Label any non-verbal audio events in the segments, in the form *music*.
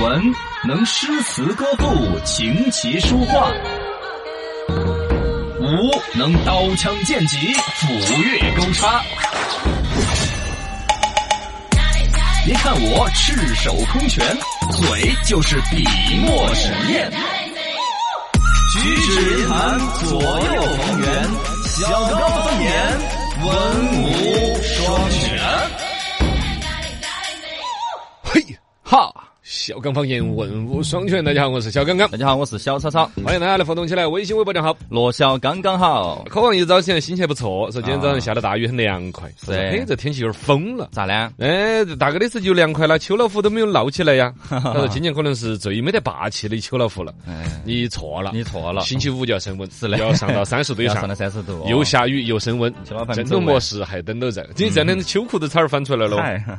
文，能诗词歌赋、琴棋书画；武能刀枪剑戟、斧钺钩叉。别看我赤手空拳，嘴就是笔墨纸砚。举止言谈左右逢源，小刚方言，文武双全。嘿哈，小刚方言文武双全。大家好，我是小刚刚，大家好，我是小超超，欢迎大家来互动起来。微信、微博账号，罗小刚刚好，渴望一早起来心情还不错，说今天早上下了大雨，很凉快。啊是哎，这天气有点疯了。咋呢？哎，大哥的时候就凉快了，秋老虎都没有闹起来 *laughs* 呀。他说今年可能是最没得霸气的秋老虎了。哎，你错了，你错了，星期五就要升温， *laughs* 是的要上到三十度以 *laughs* 要上上到。三十度，又下雨又升温邱老，板真走的位没事，还等到这。你这两天秋裤都差点翻出来了哦。哎嗯嗨，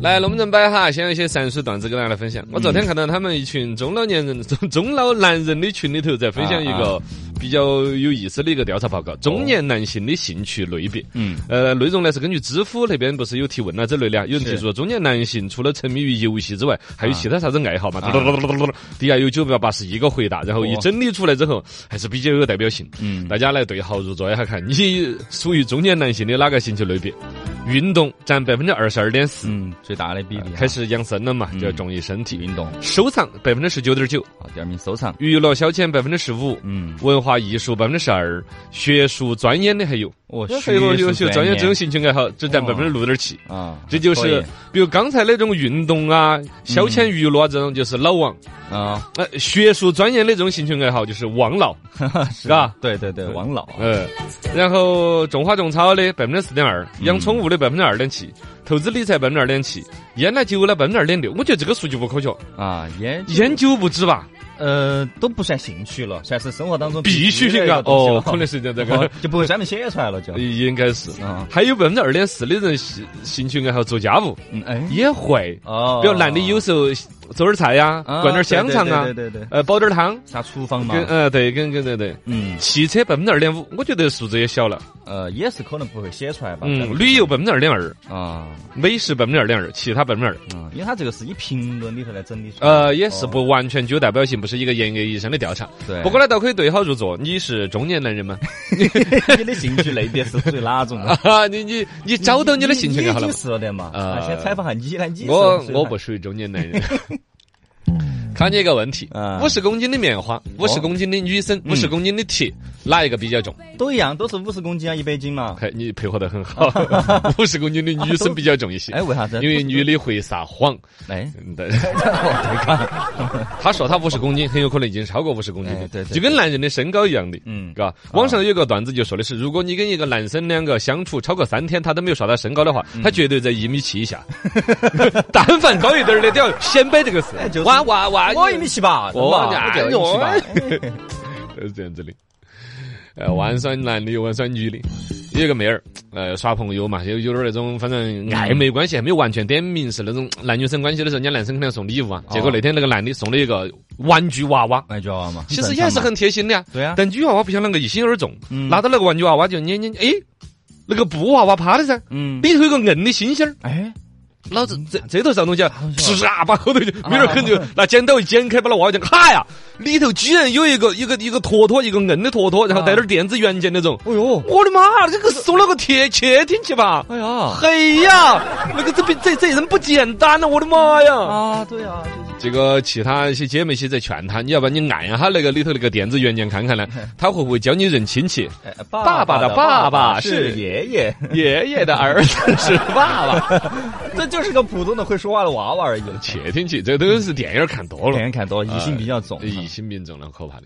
来，龙门摆哈，先有一些陕水段子跟大家来分嗯享。我昨天看到他们一群中老年人、 *laughs* 中中老男人的群里头在分享一啊个比较有意思的一个调查报告，中年男性的兴趣类别。嗯，呃，内容呢是根据知乎那边不是有提问啊之类的啊，有人提是啊出中年男性除了沉迷于游戏之外，还有其他啥子爱好嘛？嘟嘟嘟嘟嘟嘟嘟底下有九百八十一个回答，然后一哦整理出来之后，还是比较有代表性。嗯大家来对号入座一下，看你属于中年男性的哪个兴趣类别？运动占百分之二十二点四。嗯，最大的比例啊开始养生了嘛，嗯就要重于身体。运动，收藏百分之十九点九，好，第二名收藏，娱乐消遣百分之十五，嗯，文化艺术百分之十二，学术钻研的还有，我还有有些专业这种西兴趣爱好只占百哦分之六点七。啊，这就可以嗯是，比如刚才那种运动啊、消遣娱乐啊这种，就是老王；啊，呃，学术钻研的这种兴趣爱好就是王 *laughs* 老，是吧？对对对，王老啊，嗯，然后种花种草的百分之四点二，嗯养宠物的百分之二点七，投资理财百分之二点七，烟来酒来百分之二点六。我觉得这个数据不科学，啊，烟烟酒不止吧？呃都不算兴趣了，算是生活当中必需的品一啊个！东西了哦，哎可能是这样这 *laughs* 哦个，就不会专门写出来了，就， *laughs* 应该是啊。还有百分之二点四的人兴兴趣爱好做家务，嗯哎，也会。哦，比如男的有时候做点菜呀，啊灌点香肠啊对，对对对，对呃，煲点汤，啥厨房嘛跟，呃对，跟跟对对。嗯，汽车百分之二点五，我觉得数字也小了。呃，也是可能不会写出来吧，嗯，旅游百分之二点二，啊。美食百分之二点二，其他百分之二。嗯，因为他这个是以评论里头来整理出来的。呃，也是哦，不完全具有代表性，不是一个严格意义上的调查。对不过呢，倒可以对号入座，你是中年男人 *laughs* 吗？你的兴趣类别是属于哪种啊？ *laughs* 啊，你你你找到你的兴趣爱好了已经吗？是了的嘛？呃啊，先采访下你呢？你我我不不属于中年 *laughs* 男人。考你一个问题：嗯五十公斤的棉花，五十公斤的女生，五十公斤的铁，哪一个比较重？都一样，都是五十公斤啊，一百 *laughs* 斤嘛。嘿，你配合得很 *laughs* 好。啊五十公斤的女生比较重一些哎，，为啥子？因为女的会撒谎。哎，嗯 *laughs* 对，对看， *laughs* 他说他五十公斤，很有可能已经超过五十公斤了哎对对就跟男人的身高一样的。 *laughs* 嗯嘎，网上有个段子就说的是，如果你跟一个男生两个相处超过三天，他都没有说他身高的话，他绝对在一米七以下。 *laughs* 但凡高一点儿的，都要先摆这个 *laughs* 哎事。就是哇哇哇！我一米七八，我哇哎我就一米七八呦哎。都是这样子的。呃，玩耍男的，玩耍女的。有一个妹儿，呃，耍朋友嘛，有有点那种，反正暧昧关系还没有完全点明是那种男女生关系的时候，人家男生肯定要送礼物啊。结果那天那个男的送了一个玩具娃娃，那就要嘛。其实也是很贴心的呀。对啊但女娃娃不像那个一心二重，嗯拿到那个玩具娃娃就捏捏，哎，那个布娃娃趴的噻， *laughs* 嗯，里头有个硬的心心儿，哎，老子这这头啥东西啊？西是啊，把后头就没人肯就拿剪刀一剪开，把那娃娃就咔呀，里头居然有一个一个一个坨坨，一个硬的坨坨，然后带点电子元件那种。啊哎呦，我的妈！这个送了个铁窃听器吧？哎 *laughs* 呀，嘿呀，那个这比这这人不简单呐！我的妈呀！啊，对啊，就是这个其他一些姐妹些在劝他，你要不然你按一下那个里头那个电子元件看看呢，嗯他会不会教你认亲戚？哎爸爸的爸爸是是爷爷， *laughs* 爷爷的儿子是 *laughs* 爸爸。这就是个普通的会说话的娃 *laughs* 娃而已。窃听器，这都是电影儿看多了电。影看多，疑心比较重呃。疑心病重了，可怕的。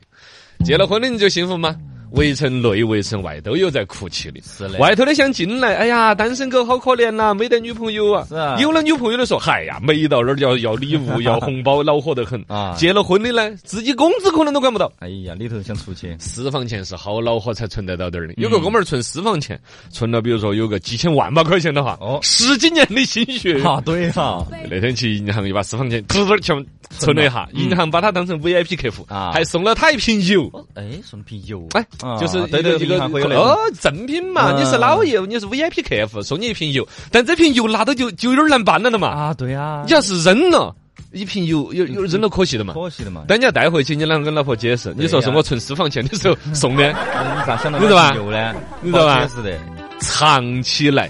结了婚的你就幸福吗？围城内、围城外都有在哭泣的，是的外头的想进来，哎呀，单身狗好可怜呐、没得女朋友啊。是啊有了女朋友的说，嗨呀，没到那儿要要礼 *laughs* 物、要红包，恼火得很啊结了婚的呢，自己工资可能都管不到。哎呀，里头想出去，私房钱是好恼火才存得到点儿的。有嗯个哥们儿存私房钱，存了比如说有个几千万把块钱的话，哦十几年的心血。 *laughs* 啊，对哈，那天去银行又把私房钱嘚嘚儿全存了一下，银行把他当成 VIP 客户，嗯啊还送了他一瓶酒。哦，哎，送瓶油，哎，就是啊对对一个银行会一有个那种哦，正品嘛，嗯你是老爷，你是 VIP 客户，送你一瓶油，但这瓶油拿到就就有点难办了的嘛。啊，对啊你，要是扔了，一瓶油有有扔了可惜的嘛。可惜的嘛。等人家带回去，你啷个跟老婆解释？你说是我存私房钱的时候送的。哎你咋想到你知道吧是油呢？你知道吧不好解释的，藏起来，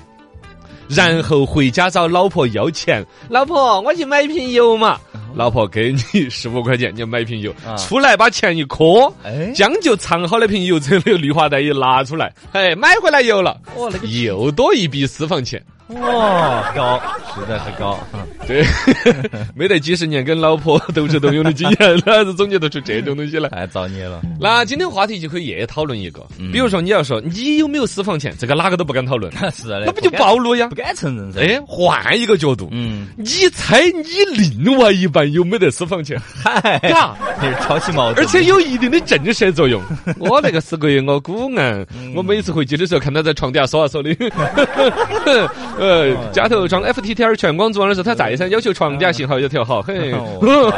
然后回家找老婆要钱。老婆，我去买一瓶油嘛。老婆给你十五块钱，你买一瓶油，嗯啊出来把钱一磕，哎，将就藏好那瓶油之后，那个绿化带一拿出来，哎，买回来油了，哦哇，那个又多一笔私房钱。哇高，实在是 *laughs* 高，嗯对， *laughs* 没得几十年跟老婆斗智斗勇的经验了，总结得出这种东西 *laughs* 来。太哎造孽了。那今天话题就可以也讨论一个，嗯比如说你要说你有没有私房钱，这个哪个都不敢讨 *laughs* 论，是的，那不就敢暴露呀不？敢承认噻。哎，换一个角度，嗯，你猜你另外一半有没得私房钱？嗨，嘎，你是挑起矛盾，而且有一定的震慑作 *laughs* 用。我那个死鬼，我估俺，嗯我每次回去的时候看他在床底下搜啊搜的， *laughs* 呃，家头装 FTTR 全光阻网的时候，他再三要求床底下信号要调好，哎嘿， *laughs* 哦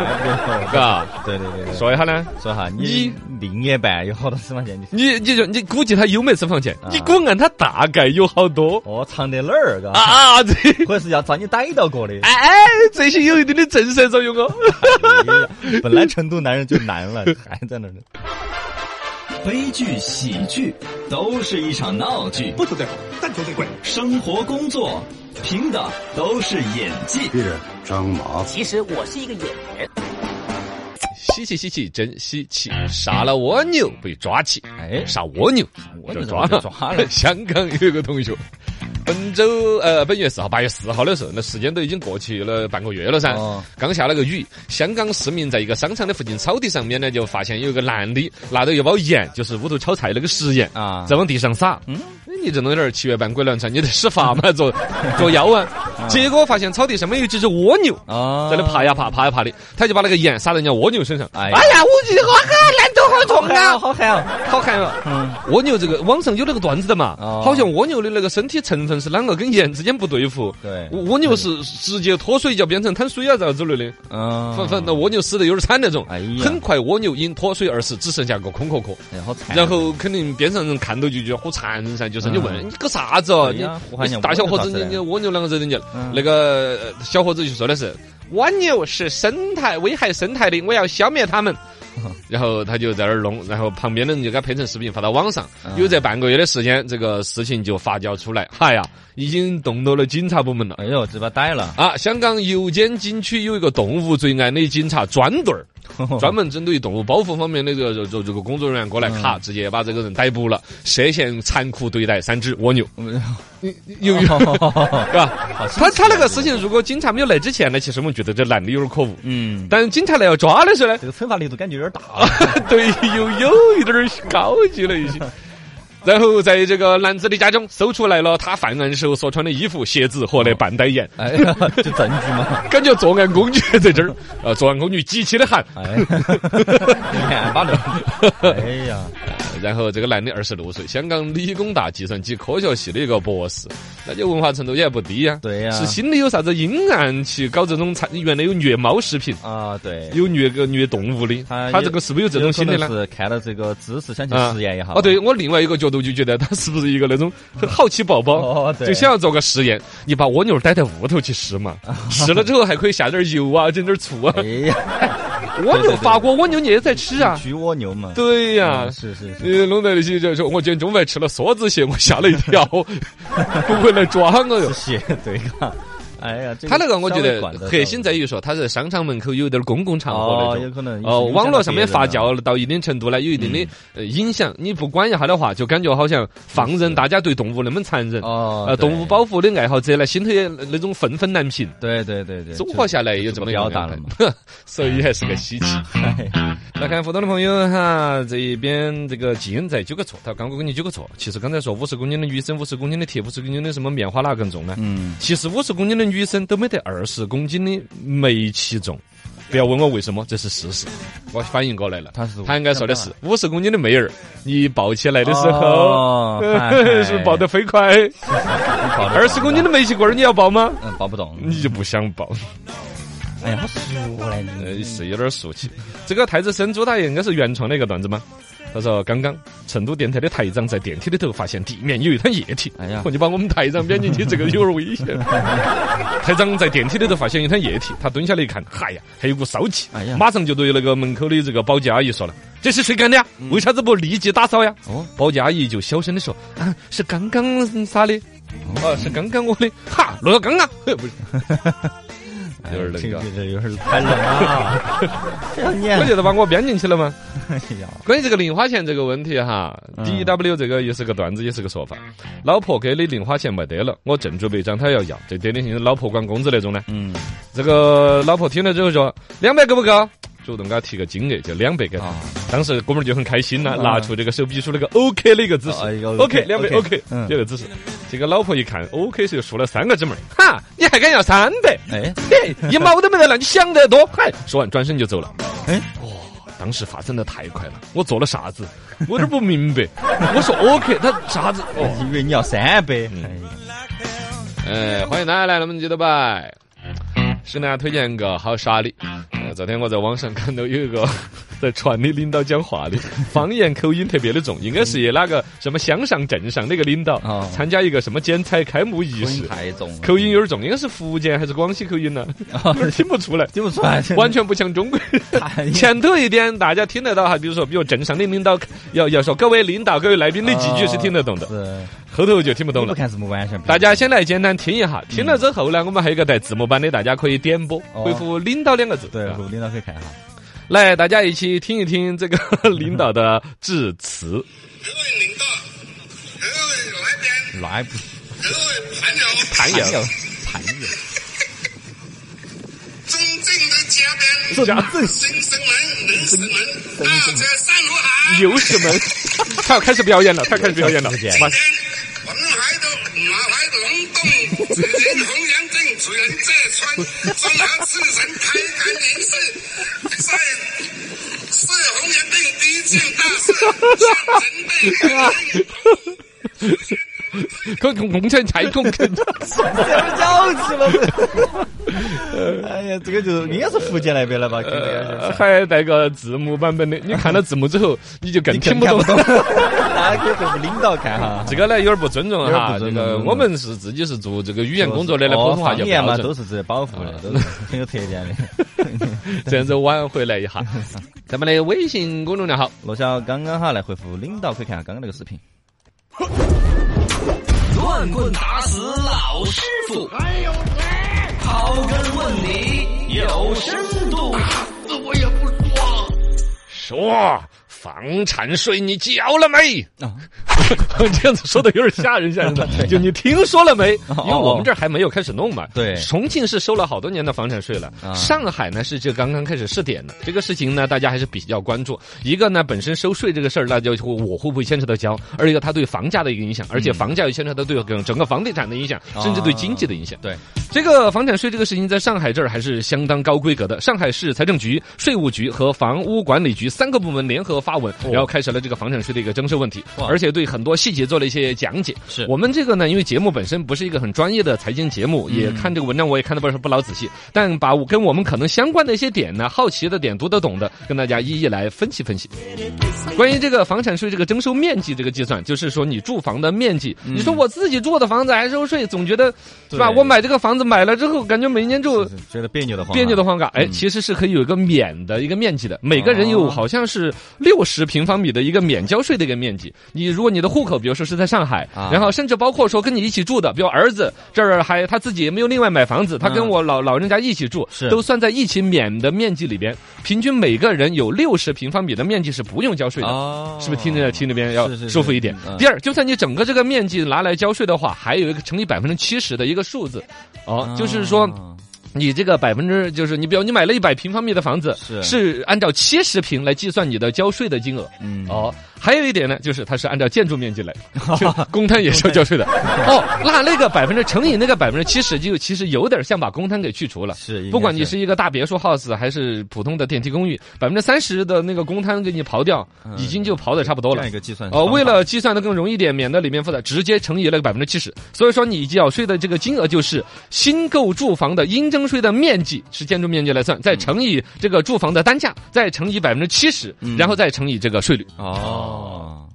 嘎，对对对对，说一下呢？说哈，你你另一半有好多私房钱，你你你就你估计他有没私房钱啊？你估俺他大概有好多哦藏在哪儿？嘎，啊？这。或者是要遭你逮到过的哎，这些有一定的震慑作用哦。哎呀本来成都男人就难了，还在那儿呢。悲剧、喜剧都是一场闹剧，不求最好，但求最贵。生活、工作凭的都是演技。别人张麻子。其实我是一个演员。稀奇稀奇，真稀奇！杀了蜗牛被抓起，哎，杀蜗牛蜗就牛抓抓了。了抓了 *laughs* 香港有一个同学，本周呃本月四号，八月四号的时候，那时间都已经过去了半个月了噻。哦刚下了个雨，香港市民在一个商场的附近草地上面呢，就发现有一个男的拿着一包盐，就是屋头炒菜那个食盐啊在往地上撒。嗯，你这弄点儿七月半鬼乱窜，你得施法嘛，作作妖 *laughs* 啊！结果发现草地上面有几只蜗牛。啊，在那爬呀爬，爬呀爬的，他就把那个盐撒在人家蜗牛身上。哎哎呀，呀我觉得好喊，难头好好痛嗨啊哦，！好嗨哦！好看啊！嗯，蜗牛这个网上有那个段子的嘛，哦好像蜗牛的那个身体成分是啷个跟盐之间不对付。对蜗蜗牛是直接脱水就变成碳水啊，啥之类的。嗯，反反正蜗牛死的有点惨那种哎。呀很快蜗牛因脱水而死，只剩下个空壳壳。哎好惨。然后肯定边上人看到就觉得好残忍噻，就是你问嗯你搞啥子哦？对你呀胡汉你阳大小伙蜗子，牛咋你子嘞你蜗牛啷个惹人家了嗯？那个呃小伙子就说的是，蜗牛是生态危害生态的，我要消灭它们。然后他就在那儿弄，然后旁边的人就给他拍成视频发到网上。嗯有这半个月的时间，这个事情就发酵出来。嗨呀，已经动到了警察部门了。哎呦，这把逮了，啊，香港油尖警区有一个动物罪案的警察专队儿， *laughs* 专门针对动物保护方面的这个这这个工作人员过来嗯卡，直接把这个人逮捕了，涉嫌残酷对待三只 *laughs* 蜗牛。嗯由于是吧？他他那个事情，如果警察没有来之前呢，其实我们觉得这男的有点可恶。 *laughs* 嗯，但警察来要抓的时候呢， *laughs* 这个惩罚力度感觉有点大。对，又有一点儿高级了一 *laughs* 些。然后在这个男子的家中搜出来了他犯案时候所穿的衣服、鞋子和那半袋盐，哎呀，就证据嘛。感觉作案工具在这儿，呃，作案工具极其的寒。哎，你看把那，哎呀，然后这个男的二十六岁，香港理工大计算机科学系的一个博士，那就文化程度也不低呀、对呀是心里有啥子阴暗去搞这种菜，原来有虐猫食品，啊，对，有虐个虐动物的，他他也这个是不是有这种心理有呢可？能是看到这个知识想去啊实验一下。哦，对，我另外一个角度就觉得他是不是一个那 *laughs* 种好奇宝宝，哦对就想要做个实验。你把蜗牛逮在屋头去试 *laughs* 嘛，试了之后还可以下点油啊，整点醋啊哎。呀，蜗牛对对法国蜗牛你也在吃 *laughs* 啊？焗蜗牛嘛。对啊呀、嗯是是 *laughs* 是，你弄得那些就说，我今天中午还吃了梭子蟹，我吓了一 *laughs* 跳，不会来抓我啊哟是。蟹，对嘎。哎呀，这他那个我觉稍微得管核心在于说，他在商场门口有点公共场合哦，那种。有可能哦，网络上面发，影响到别人啊嗯酵到一定程度呢，有一定的呃影响。你不管一下的话，就感觉好像放任大家对动物那么残忍。嗯哦，呃，对动物保护的爱好者呢，心头也那种愤愤难平。对对对对，综合下来有这么一个表达了嘛安排， *laughs* 所以还是个 *laughs* 稀奇。来看互动的朋友哈，这一边这个吉恩在纠个错，他刚刚给你纠个错。其实刚才说五十公斤的女生，五十公斤的铁，五十公斤的什么棉花哪更重呢？嗯，其实五十公斤的女生都没得二十公斤的煤气重。不要问我为什么，这是事实，我反应过来了。他是他应该说的是五十公斤的妹儿，你抱起来的时 *laughs* 候，哦是不是抱得飞 *laughs* 快？二十公斤的煤气罐儿你要抱吗？嗯抱不动，你就不想抱。哎呀，好熟来呃，你，是有点俗气。这个太子生猪大爷应该是原创的一个段子吗？他说：“刚刚成都电台的台长在电梯里头发现地面有一滩液体，哎呀嚯，你把我们台长编进去，这个有点危 *laughs* 险。台长在电梯里头发现一滩液体，他蹲下来一看，嗨呀，还有股骚气，哎呀马上就对那个门口的这个保洁阿姨说了：“这是谁干的呀？为啥子不立即打扫呀？”嗯哦，保洁阿姨就小声的说：“啊，是刚刚撒的，哦啊，是刚刚我的，哈，罗小刚啊， *laughs* 嘿不 *laughs* 是，有点冷这啊。”这有点太冷了，这要念我觉得把我编进去了吗？哎呀，关于这个零花钱这个问题哈嗯，D W 这个也是个段子，也是个说法。老婆给的零花钱没得了，我正准备张他要要，这典典型的老婆管工资那种呢。嗯，这个老婆听了之后说：“两百够不够？”主动给他提个金额，就两百给他啊。当时哥们儿就很开心了，嗯拿出这个手比出那个 OK 的一个姿势哦一个，OK OK，两百 OK， OK，嗯这个姿势。这个老婆一看 OK，就竖了三个指拇儿，哈，你还敢要三百？哎嘿，一毛都没得了，你想得多！嗨，说完转身就走了。哦哎，当时发生的太快了，我做了啥子？我有点不明白。我说 OK，他啥子？哦，以为你要三百，哎呀哎，欢迎大家来，能不能记得拜？是呢，推荐个好耍的。呃，昨天我在网上看到有一个 *laughs* 在船里领导讲话的，方言口音特别的重，应该是那个什么乡上镇上那个领导哦参加一个什么剪彩开幕仪口音式，太重了，口音有点重，应该是福建还是广西口音呢？哦有点听不出来。听不出来， *laughs* 完全不像中国。太前头一点大家听得到哈，比如说，比如镇上的领导要要说各位领导、各位来宾的几句是听得懂的，啊是，后头就听不懂你不了。看是不完全不一样，大家先来简单听一下，听了之后呢，我们还有一个带字幕版的，大家可以点播，哦回复“领导”两个字。对啊，我领导可以看哈，来大家一起听一听这个领导的致辞。各位领导，各位来宾，来不各位朋友，谭友，朋友，尊敬的嘉宾，讲新生们、女士们，大家上午好。有什么？ *laughs* 他要开始表演了，他要开始表 *laughs* 演了有什马么。上今天我们来到马来龙洞紫林红阳镇主人这村中华赤神开坛仪式，在是红阳病第一件大事，向人类开明可红红圈才 *laughs* 空，哎呀，这个就应该是福建那边了吧，肯定呃是。还带个字幕版本的。你看了字幕之后，你就更听不看懂不。懂， *laughs* 大家可以回复领导看哈。这个呢有点不尊重了哈，啊有点这不尊重个嗯我们是自己是做这个语言工作的，那哦普通话就方不言嘛，标都准，是值得保护啊的，都是很有特点的。 *laughs* 这样子挽回来一 *laughs* 下。咱们的微信公众号罗晓刚刚哈来回复领导，可以看下刚刚那个视频。乱棍打死老师傅，还有谁？哎刨根问底有深度，说房产税你交了没？啊， *laughs* 这样子说的有点吓人 *laughs* 吓人的，就你听说了没？哦因为我们这儿还没有开始弄嘛。对重庆是收了好多年的房产税了，啊上海呢是这刚刚开始试点的。这个事情呢，大家还是比较关注。一个呢，本身收税这个事儿，那就我会不会牵扯到交；二一个，它对房价的一个影响，而嗯且房价又牵扯到对整个房地产的影响，哦甚至对经济的影响。对，这个房产税这个事情，在上海这儿还是相当高规格的。上海市财政局、税务局和房屋管理局三个部门联合发文，然后开始了这个房产税的一个征收问题，哦哇而且对很多细节做了一些讲解。是我们这个呢，因为节目本身不是一个很专业的财经节目，嗯也看这个文章我也看的不是不老仔细，但把我跟我们可能相关的一些点呢，好奇的点、读得懂的，跟大家一一来分析分析。嗯关于这个房产税这个征收面积这个计算，就是说你住房的面积。你说我自己住的房子还收税，总觉得是吧？嗯对我买这个房子买了之后，感觉每年就是觉得别扭的慌，呃别扭的慌。慌嘎。哎，其实是可以有一个免的一个面积的，每个人有哦好像是六十平方米的一个免交税的一个面积。你如果你的户口，比如说是在上海，啊然后甚至包括说跟你一起住的，比如儿子这儿还他自己也没有另外买房子，他跟嗯我老老人家一起住，是都算在一起免的面积里边。平均每个人有六十平方米的面积是不用交税的。哦，是不是听着听那边要是是是舒服一点？嗯第二，就算你整个这个面积拿来交税的话，还有一个乘以百分之七十的一个数字，哦，就是说啊你这个百分之就是你，比如你买了一百平方米的房子，是按照七十平来计算你的交税的金额。嗯，哦，还有一点呢，就是它是按照建筑面积来， *laughs* 就公摊也是要交 *laughs* 税的。哦，那那个百分之乘以那个百分之七十，就其实有点像把公摊给去除了。是，应该不管你是一个大别墅 house 还是普通的电梯公寓，百分之三十的那个公摊给你刨掉，嗯已经就刨的差不多这了样一。个计算哦，方法为了计算的更容易一点，免得里面复杂，直接乘以那个百分之七十。所以说你缴税的这个金额就是新购住房的应征税的面积是建筑面积来算，再乘以这嗯个住房的单价，再乘以百分之七十，然后再乘以这个税率。哦，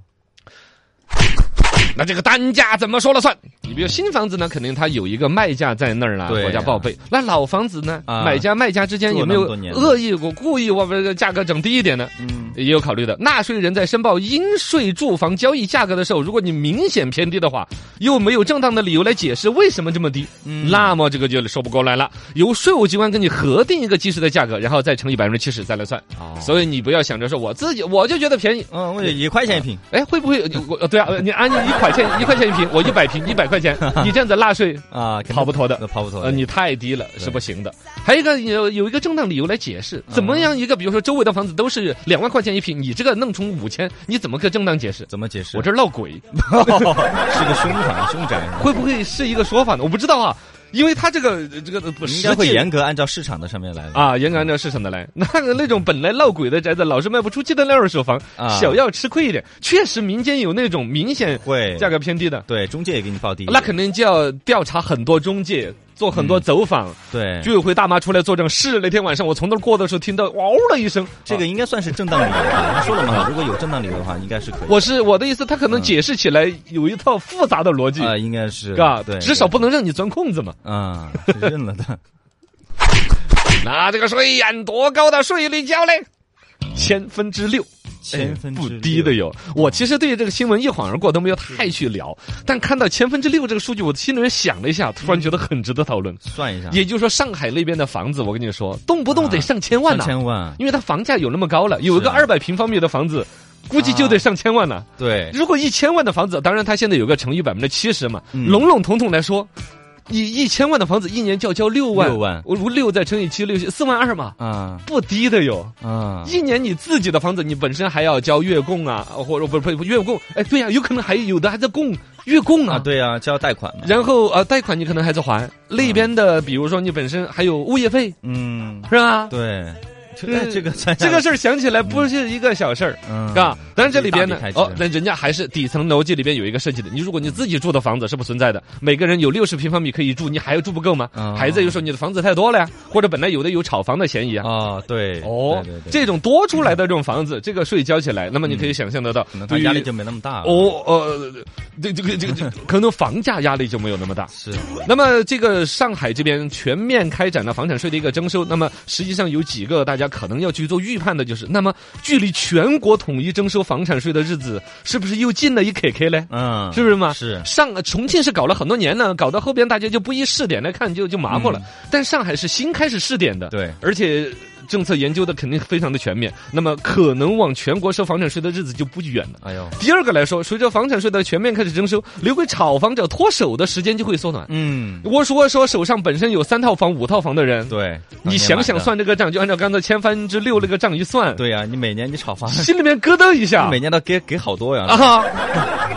那这个单价怎么说了算？你比如新房子呢，肯定它有一个卖价在那儿了，对呀国家报备。那老房子呢，啊买家卖家之间有没有做那么多年了恶意我故意我把这个价格整低一点呢？嗯，也有考虑的。纳税人在申报应税住房交易价格的时候，如果你明显偏低的话，又没有正当的理由来解释为什么这么低，嗯那么这个就说不过来了。由税务机关跟你核定一个基数的价格，然后再乘以百分之七十再来算。哦所以你不要想着说我自己我就觉得便宜，嗯，我就一块钱一瓶，哎，会不会我对 *laughs* 啊？你按一块钱一块钱一瓶，我一百瓶一百块钱，你这样子纳税啊，肯定跑不脱的那跑不脱的。呃，你太低了是不行的。还有一个有有一个正当理由来解释，嗯怎么样一个比如说周围的房子都是两万块钱一平，你这个弄成五千，你怎么个正当解释？怎么解释？我这儿闹鬼， *laughs* 是个凶场凶宅， *laughs* 会不会是一个说法呢？我不知道啊，因为他这个这个不应该会实际严格按照市场的上面来的。啊，严格按照市场的来。那个那种本来闹鬼的宅子，老是卖不出去的那二手房，啊小要吃亏一点。确实，民间有那种明显会价格偏低的，对中介也给你报低，嗯那肯定就要调查很多中介，做很多走访。嗯对居委会大妈出来作证，是那天晚上我从那儿过的时候听到哇哦的一声。这啊个应该算是正当理由吧。他说了嘛，如果有正当理由的话，应该是可以。我是我的意思，他可能解释起来有一套复杂的逻辑，啊，应该是是吧？对，至少不能让你钻空子嘛。啊，是认 *laughs* 了哎的。那这个税按多高的税率交嘞？千分之六，哎千分之不六低的哟。我其实对这个新闻一晃而过，都没有太去聊。但看到千分之六这个数据，我心里面想了一下，突然觉得很值得讨论。算一下，也就是说，上海那边的房子，我跟你说，动不动得上千万啊上呢、千万，因为它房价有那么高了，有一个是啊二百平方米的房子，估计就得上千万了。对，如果一千万的房子，当然它现在有个乘以百分之七十嘛，嗯笼笼统统来说，你一千万的房子一年就要交六万，六万我如六再乘以七，六四万二嘛，啊不低的哟。啊，一年你自己的房子，你本身还要交月供啊，或者不不不月供，哎，对呀、有可能还有的还在供月供啊，啊，对啊，交贷款嘛，然后呃，贷款你可能还在还，那边的比如说你本身还有物业费嗯，是吧？对，这嗯个这个算下这来个 *laughs* 事儿想起来不是一个小事儿，嗯是吧？当然这里边呢一大笔开，支哦，那人家还是底层逻辑里边有一个设计的。你如果你自己住的房子是不存在的，每个人有六十平方米可以住，你还要住不够吗？哦还在于说你的房子太多了呀，或者本来有的有炒房的嫌疑啊。啊，对，哦对对，对这种多出来的这种房子，这个税交起来，那么你可以想象得到可能，他对于压力就没那么大了。，哦呃，这这个这个这个，可能房价压力就没有那么大。是那么，这个上海这边全面开展了房产税的一个征收。那么，实际上有几个大家可能要去做预判的，就是那么距离全国统一征收房产税的日子，是不是又近了一 K K 嘞？嗯，是不是嘛？是上重庆是搞了很多年了，搞到后边大家就不依试点来看，就就麻木了。但上海是新开始试点的，嗯对而且政策研究的肯定非常的全面。那么，可能往全国收房产税的日子就不远了。哎呦，第二个来说，随着房产税的全面开始征收，留给炒房者脱手的时间就会缩短。嗯，我说说手上本身有三套房、五套房的人，对，你想想当年买的，算这个账，就按照刚才千分之六那个账一算，对呀，你每年你炒房，心里面咯噔一下 *laughs* 每年都给给好多呀，啊，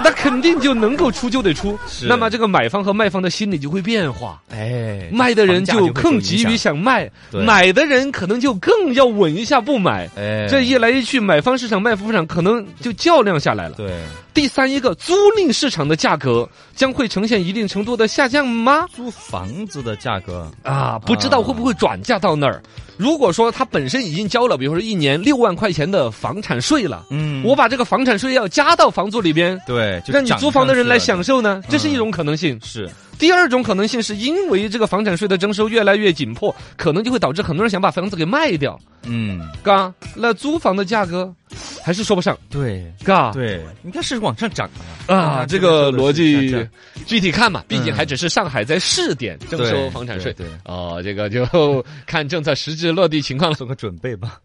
那肯定就能够出就得出。是那么这个买方和卖方的心理就会变化，哎，卖的人房价就就会更急受于影响想卖，对买的人可能就更要稳一下不买。哎，这一来一去，买方市场、卖方市场可能就较量下来了。对第三一个，租赁市场的价格将会呈现一定程度的下降吗？租房子的价格，啊，不知道会不会转嫁到那儿。如果说他本身已经交了，比如说一年六万块钱的房产税了，嗯我把这个房产税要加到房租里边，对，就让你涨租房的人来上去嗯享受呢，这是一种可能性。了，是第二种可能性是因为这个房产税的征收越来越紧迫，可能就会导致很多人想把房子给卖掉，嗯，嘎，那租房的价格还是说不上，对。嘎，对，应该是往上涨的嘛啊，这这个个说的逻是辑这样具体看嘛，毕竟嗯还只是上海在试点征收对房产税对对， *laughs* 哦，这个就看政策实质落地情况了。做个准备吧。